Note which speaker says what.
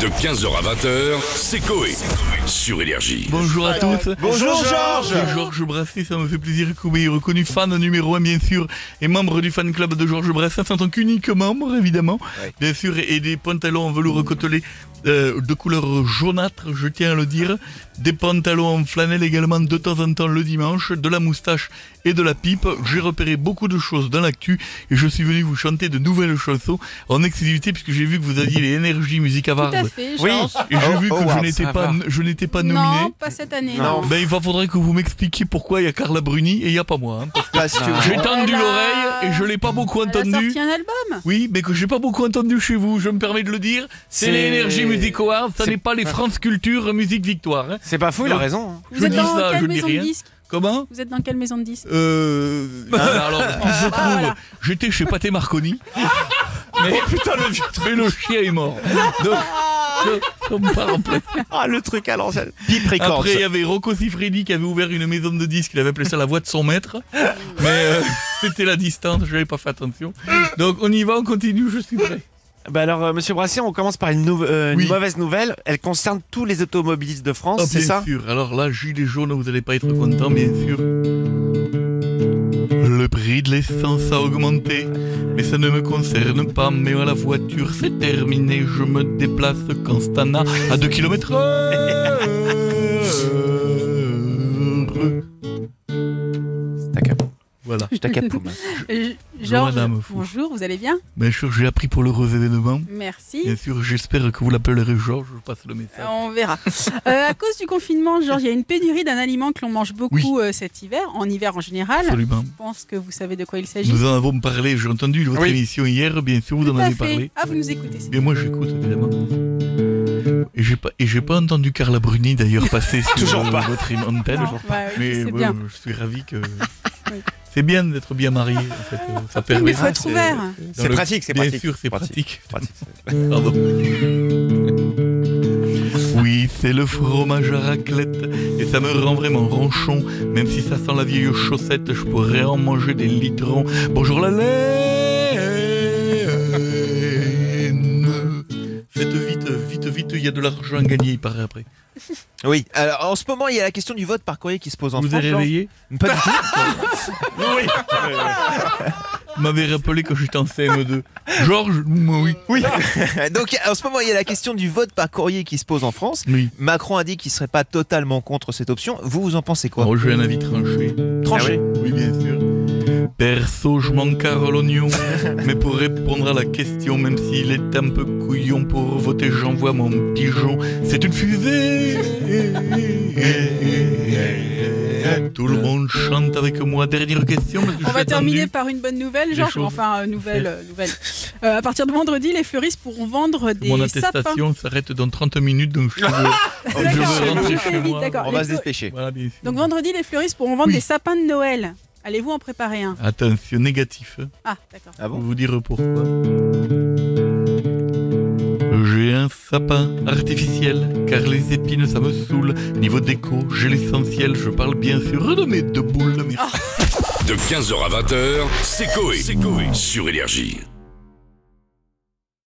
Speaker 1: De 15h à 20h, c'est Coé. Sur Énergie.
Speaker 2: Bonjour à tous.
Speaker 3: Bonjour Georges
Speaker 2: C'est Georges Brassens, ça me fait plaisir Koumé, reconnu fan numéro 1 bien sûr, et membre du fan club de Georges Brassens en tant qu'unique membre évidemment, bien sûr, et des pantalons en velours côtelé euh, de couleur jaunâtre, je tiens à le dire, des pantalons en flanelle également de temps en temps le dimanche, de la moustache et de la pipe. J'ai repéré beaucoup de choses dans l'actu et je suis venu vous chanter de nouvelles chansons en exclusivité puisque j'ai vu que vous aviez les énergies musique
Speaker 4: Tout à
Speaker 2: avare.
Speaker 4: fait,
Speaker 3: Oui
Speaker 4: Georges.
Speaker 2: Et j'ai
Speaker 3: Oh,
Speaker 2: vu que
Speaker 3: oh,
Speaker 2: je
Speaker 3: wow,
Speaker 2: n'étais
Speaker 3: ça
Speaker 2: pas,
Speaker 3: va.
Speaker 2: je n'étais pas nominé.
Speaker 4: Non, pas cette année.
Speaker 3: Non.
Speaker 2: Ben, il va faudrait que vous m'expliquiez pourquoi il y a Carla Bruni et il n'y a pas moi. hein, parce que
Speaker 3: Parce que-
Speaker 2: J'ai tendu
Speaker 4: Elle a-
Speaker 2: l'oreille et je l'ai pas beaucoup
Speaker 4: Ah, Elle a
Speaker 2: entendu.
Speaker 4: sorti un album.
Speaker 2: Oui, mais que j'ai pas beaucoup entendu chez vous, je me permets de le dire. C'est
Speaker 3: C'est-
Speaker 2: les Energy Music Awards, ça
Speaker 3: c'est-
Speaker 2: n'est pas les France Culture Musique Victoire. hein.
Speaker 3: C'est pas fou, il a raison. hein.
Speaker 2: Je
Speaker 4: Vous êtes
Speaker 2: dis
Speaker 4: dans
Speaker 2: ça, je
Speaker 4: quelle
Speaker 2: dis
Speaker 4: maison de
Speaker 2: rien.
Speaker 4: disques
Speaker 2: Comment
Speaker 4: Vous êtes dans quelle maison de disques
Speaker 2: Euh. ah, alors, il se trouve, j'étais chez Pathé Marconi.
Speaker 4: Ah.
Speaker 2: Mais putain, le vieux truc. Mais le chien est mort. Donc,
Speaker 4: Ah.
Speaker 2: je- on part en plein
Speaker 3: Ah, le truc à l'ancienne. Pipe Records.
Speaker 2: Après, il y avait Rocco Siffredi qui avait ouvert une maison de disques. Il avait appelé ça la voix de son maître. Mais euh, c'était la distance, je n'avais pas fait attention. Donc, on y va, on continue, je suis prêt.
Speaker 3: Bah alors, euh, monsieur Brassier, on commence par une, nou- euh, une
Speaker 2: Oui.
Speaker 3: mauvaise nouvelle. Elle concerne tous les automobilistes de France,
Speaker 2: Ah,
Speaker 3: Oh, c'est
Speaker 2: bien
Speaker 3: ça
Speaker 2: sûr. Alors là, gilet jaune, vous n'allez pas être content, bien sûr. Le prix de l'essence a augmenté, mais ça ne me concerne pas. Mais à la voiture, c'est terminé. Je me déplace Constana à 2 km
Speaker 3: Je t'accapes.
Speaker 2: Voilà.
Speaker 3: Je t'accapes, Poum.
Speaker 4: Euh, Georges,
Speaker 2: madame, fou.
Speaker 4: bonjour, vous allez bien
Speaker 2: Bien sûr, j'ai appris pour l'heureux événement. Bien
Speaker 4: Merci.
Speaker 2: sûr, j'espère que vous l'appellerez Georges, je passe le
Speaker 4: Euh,
Speaker 2: message.
Speaker 4: On verra. Euh, à cause du confinement, Georges, il y a une pénurie d'un aliment que l'on mange beaucoup euh, cet hiver, en hiver en général.
Speaker 2: Absolument.
Speaker 4: Je pense que vous savez de quoi il s'agit.
Speaker 2: Nous en avons parlé, j'ai entendu votre
Speaker 3: Oui.
Speaker 2: émission hier, bien sûr, vous en
Speaker 4: Tout à
Speaker 2: avez
Speaker 4: fait.
Speaker 2: parlé.
Speaker 4: Ah, vous nous écoutez. c'est-
Speaker 2: Mais moi, j'écoute, évidemment. Et j'ai pas, et j'ai pas entendu Carla Bruni d'ailleurs passer sur
Speaker 3: Toujours
Speaker 2: euh,
Speaker 3: pas.
Speaker 2: votre antenne.
Speaker 4: Non, Ah, ouais, je
Speaker 2: Mais
Speaker 4: sais
Speaker 2: euh,
Speaker 4: bien.
Speaker 2: je suis ravi que. C'est bien d'être bien marié, en fait. euh, Ça
Speaker 4: Ah, Mais
Speaker 2: permet.
Speaker 4: il faut être
Speaker 3: c'est-
Speaker 4: ouvert. hein.
Speaker 2: dans
Speaker 3: C'est
Speaker 2: le-
Speaker 3: pratique, c'est
Speaker 2: Bien
Speaker 3: pratique.
Speaker 2: sûr, c'est pratique.
Speaker 3: Pratique. pratique.
Speaker 2: Pardon. Oui, c'est le fromage à raclette et ça me rend vraiment ronchon. Même si ça sent la vieille chaussette, je pourrais en manger des litrons. Bonjour la laine. Faites vite, vite, vite, il y a de l'argent à gagner, il paraît après.
Speaker 3: Oui, alors en ce moment, il y a la question du vote par courrier qui se pose en
Speaker 2: vous
Speaker 3: France.
Speaker 2: êtes réveillé
Speaker 3: Georges. Pas du tout. oui.
Speaker 2: Vous m'avez rappelé que j'étais en CM2. Georges mm, Oui.
Speaker 3: Oui. Donc en ce moment, il y a la question du vote par courrier qui se pose en France.
Speaker 2: Oui.
Speaker 3: Macron a dit qu'il serait pas totalement contre cette option. Vous, vous en pensez quoi
Speaker 2: Moi, j'ai un avis tranché.
Speaker 3: Tranché.
Speaker 2: Oui, bien sûr. Perso, je m'en carre l'oignon. mais pour répondre à la question, même s'il est un peu couillon, pour voter, j'envoie mon pigeon. C'est une fusée. Tout le monde chante avec moi. Dernière question. parce que
Speaker 4: On
Speaker 2: je
Speaker 4: va
Speaker 2: suis
Speaker 4: terminer
Speaker 2: attendu.
Speaker 4: par une bonne nouvelle,
Speaker 2: Les
Speaker 4: Georges.
Speaker 2: choses.
Speaker 4: Enfin, euh, nouvelle, euh, nouvelle. Euh, à partir de vendredi, les fleuristes pourront vendre des
Speaker 2: Mon
Speaker 4: sapins.
Speaker 2: attestation s'arrête dans 30 minutes, donc je
Speaker 3: Ah
Speaker 2: veux, Oh, je
Speaker 4: D'accord,
Speaker 2: veux rentrer
Speaker 4: je
Speaker 2: chez
Speaker 4: fais vite,
Speaker 2: moi.
Speaker 4: d'accord.
Speaker 3: On
Speaker 4: Les
Speaker 3: va se
Speaker 4: flo-
Speaker 3: dépêcher.
Speaker 2: Voilà, bien sûr.
Speaker 4: Donc vendredi, les fleuristes pourront vendre
Speaker 2: Oui.
Speaker 4: des sapins de Noël. Allez-vous en préparer un
Speaker 2: Attention, négatif.
Speaker 4: Ah, d'accord.
Speaker 3: Ah
Speaker 2: Pour
Speaker 3: bon
Speaker 2: vous dire pourquoi. J'ai un sapin artificiel, car les épines ça me saoule. Niveau déco, j'ai l'essentiel, je parle bien sûr de mes deux boules. Merci.
Speaker 1: De 15h à 20h, c'est Coé. Sur Énergie.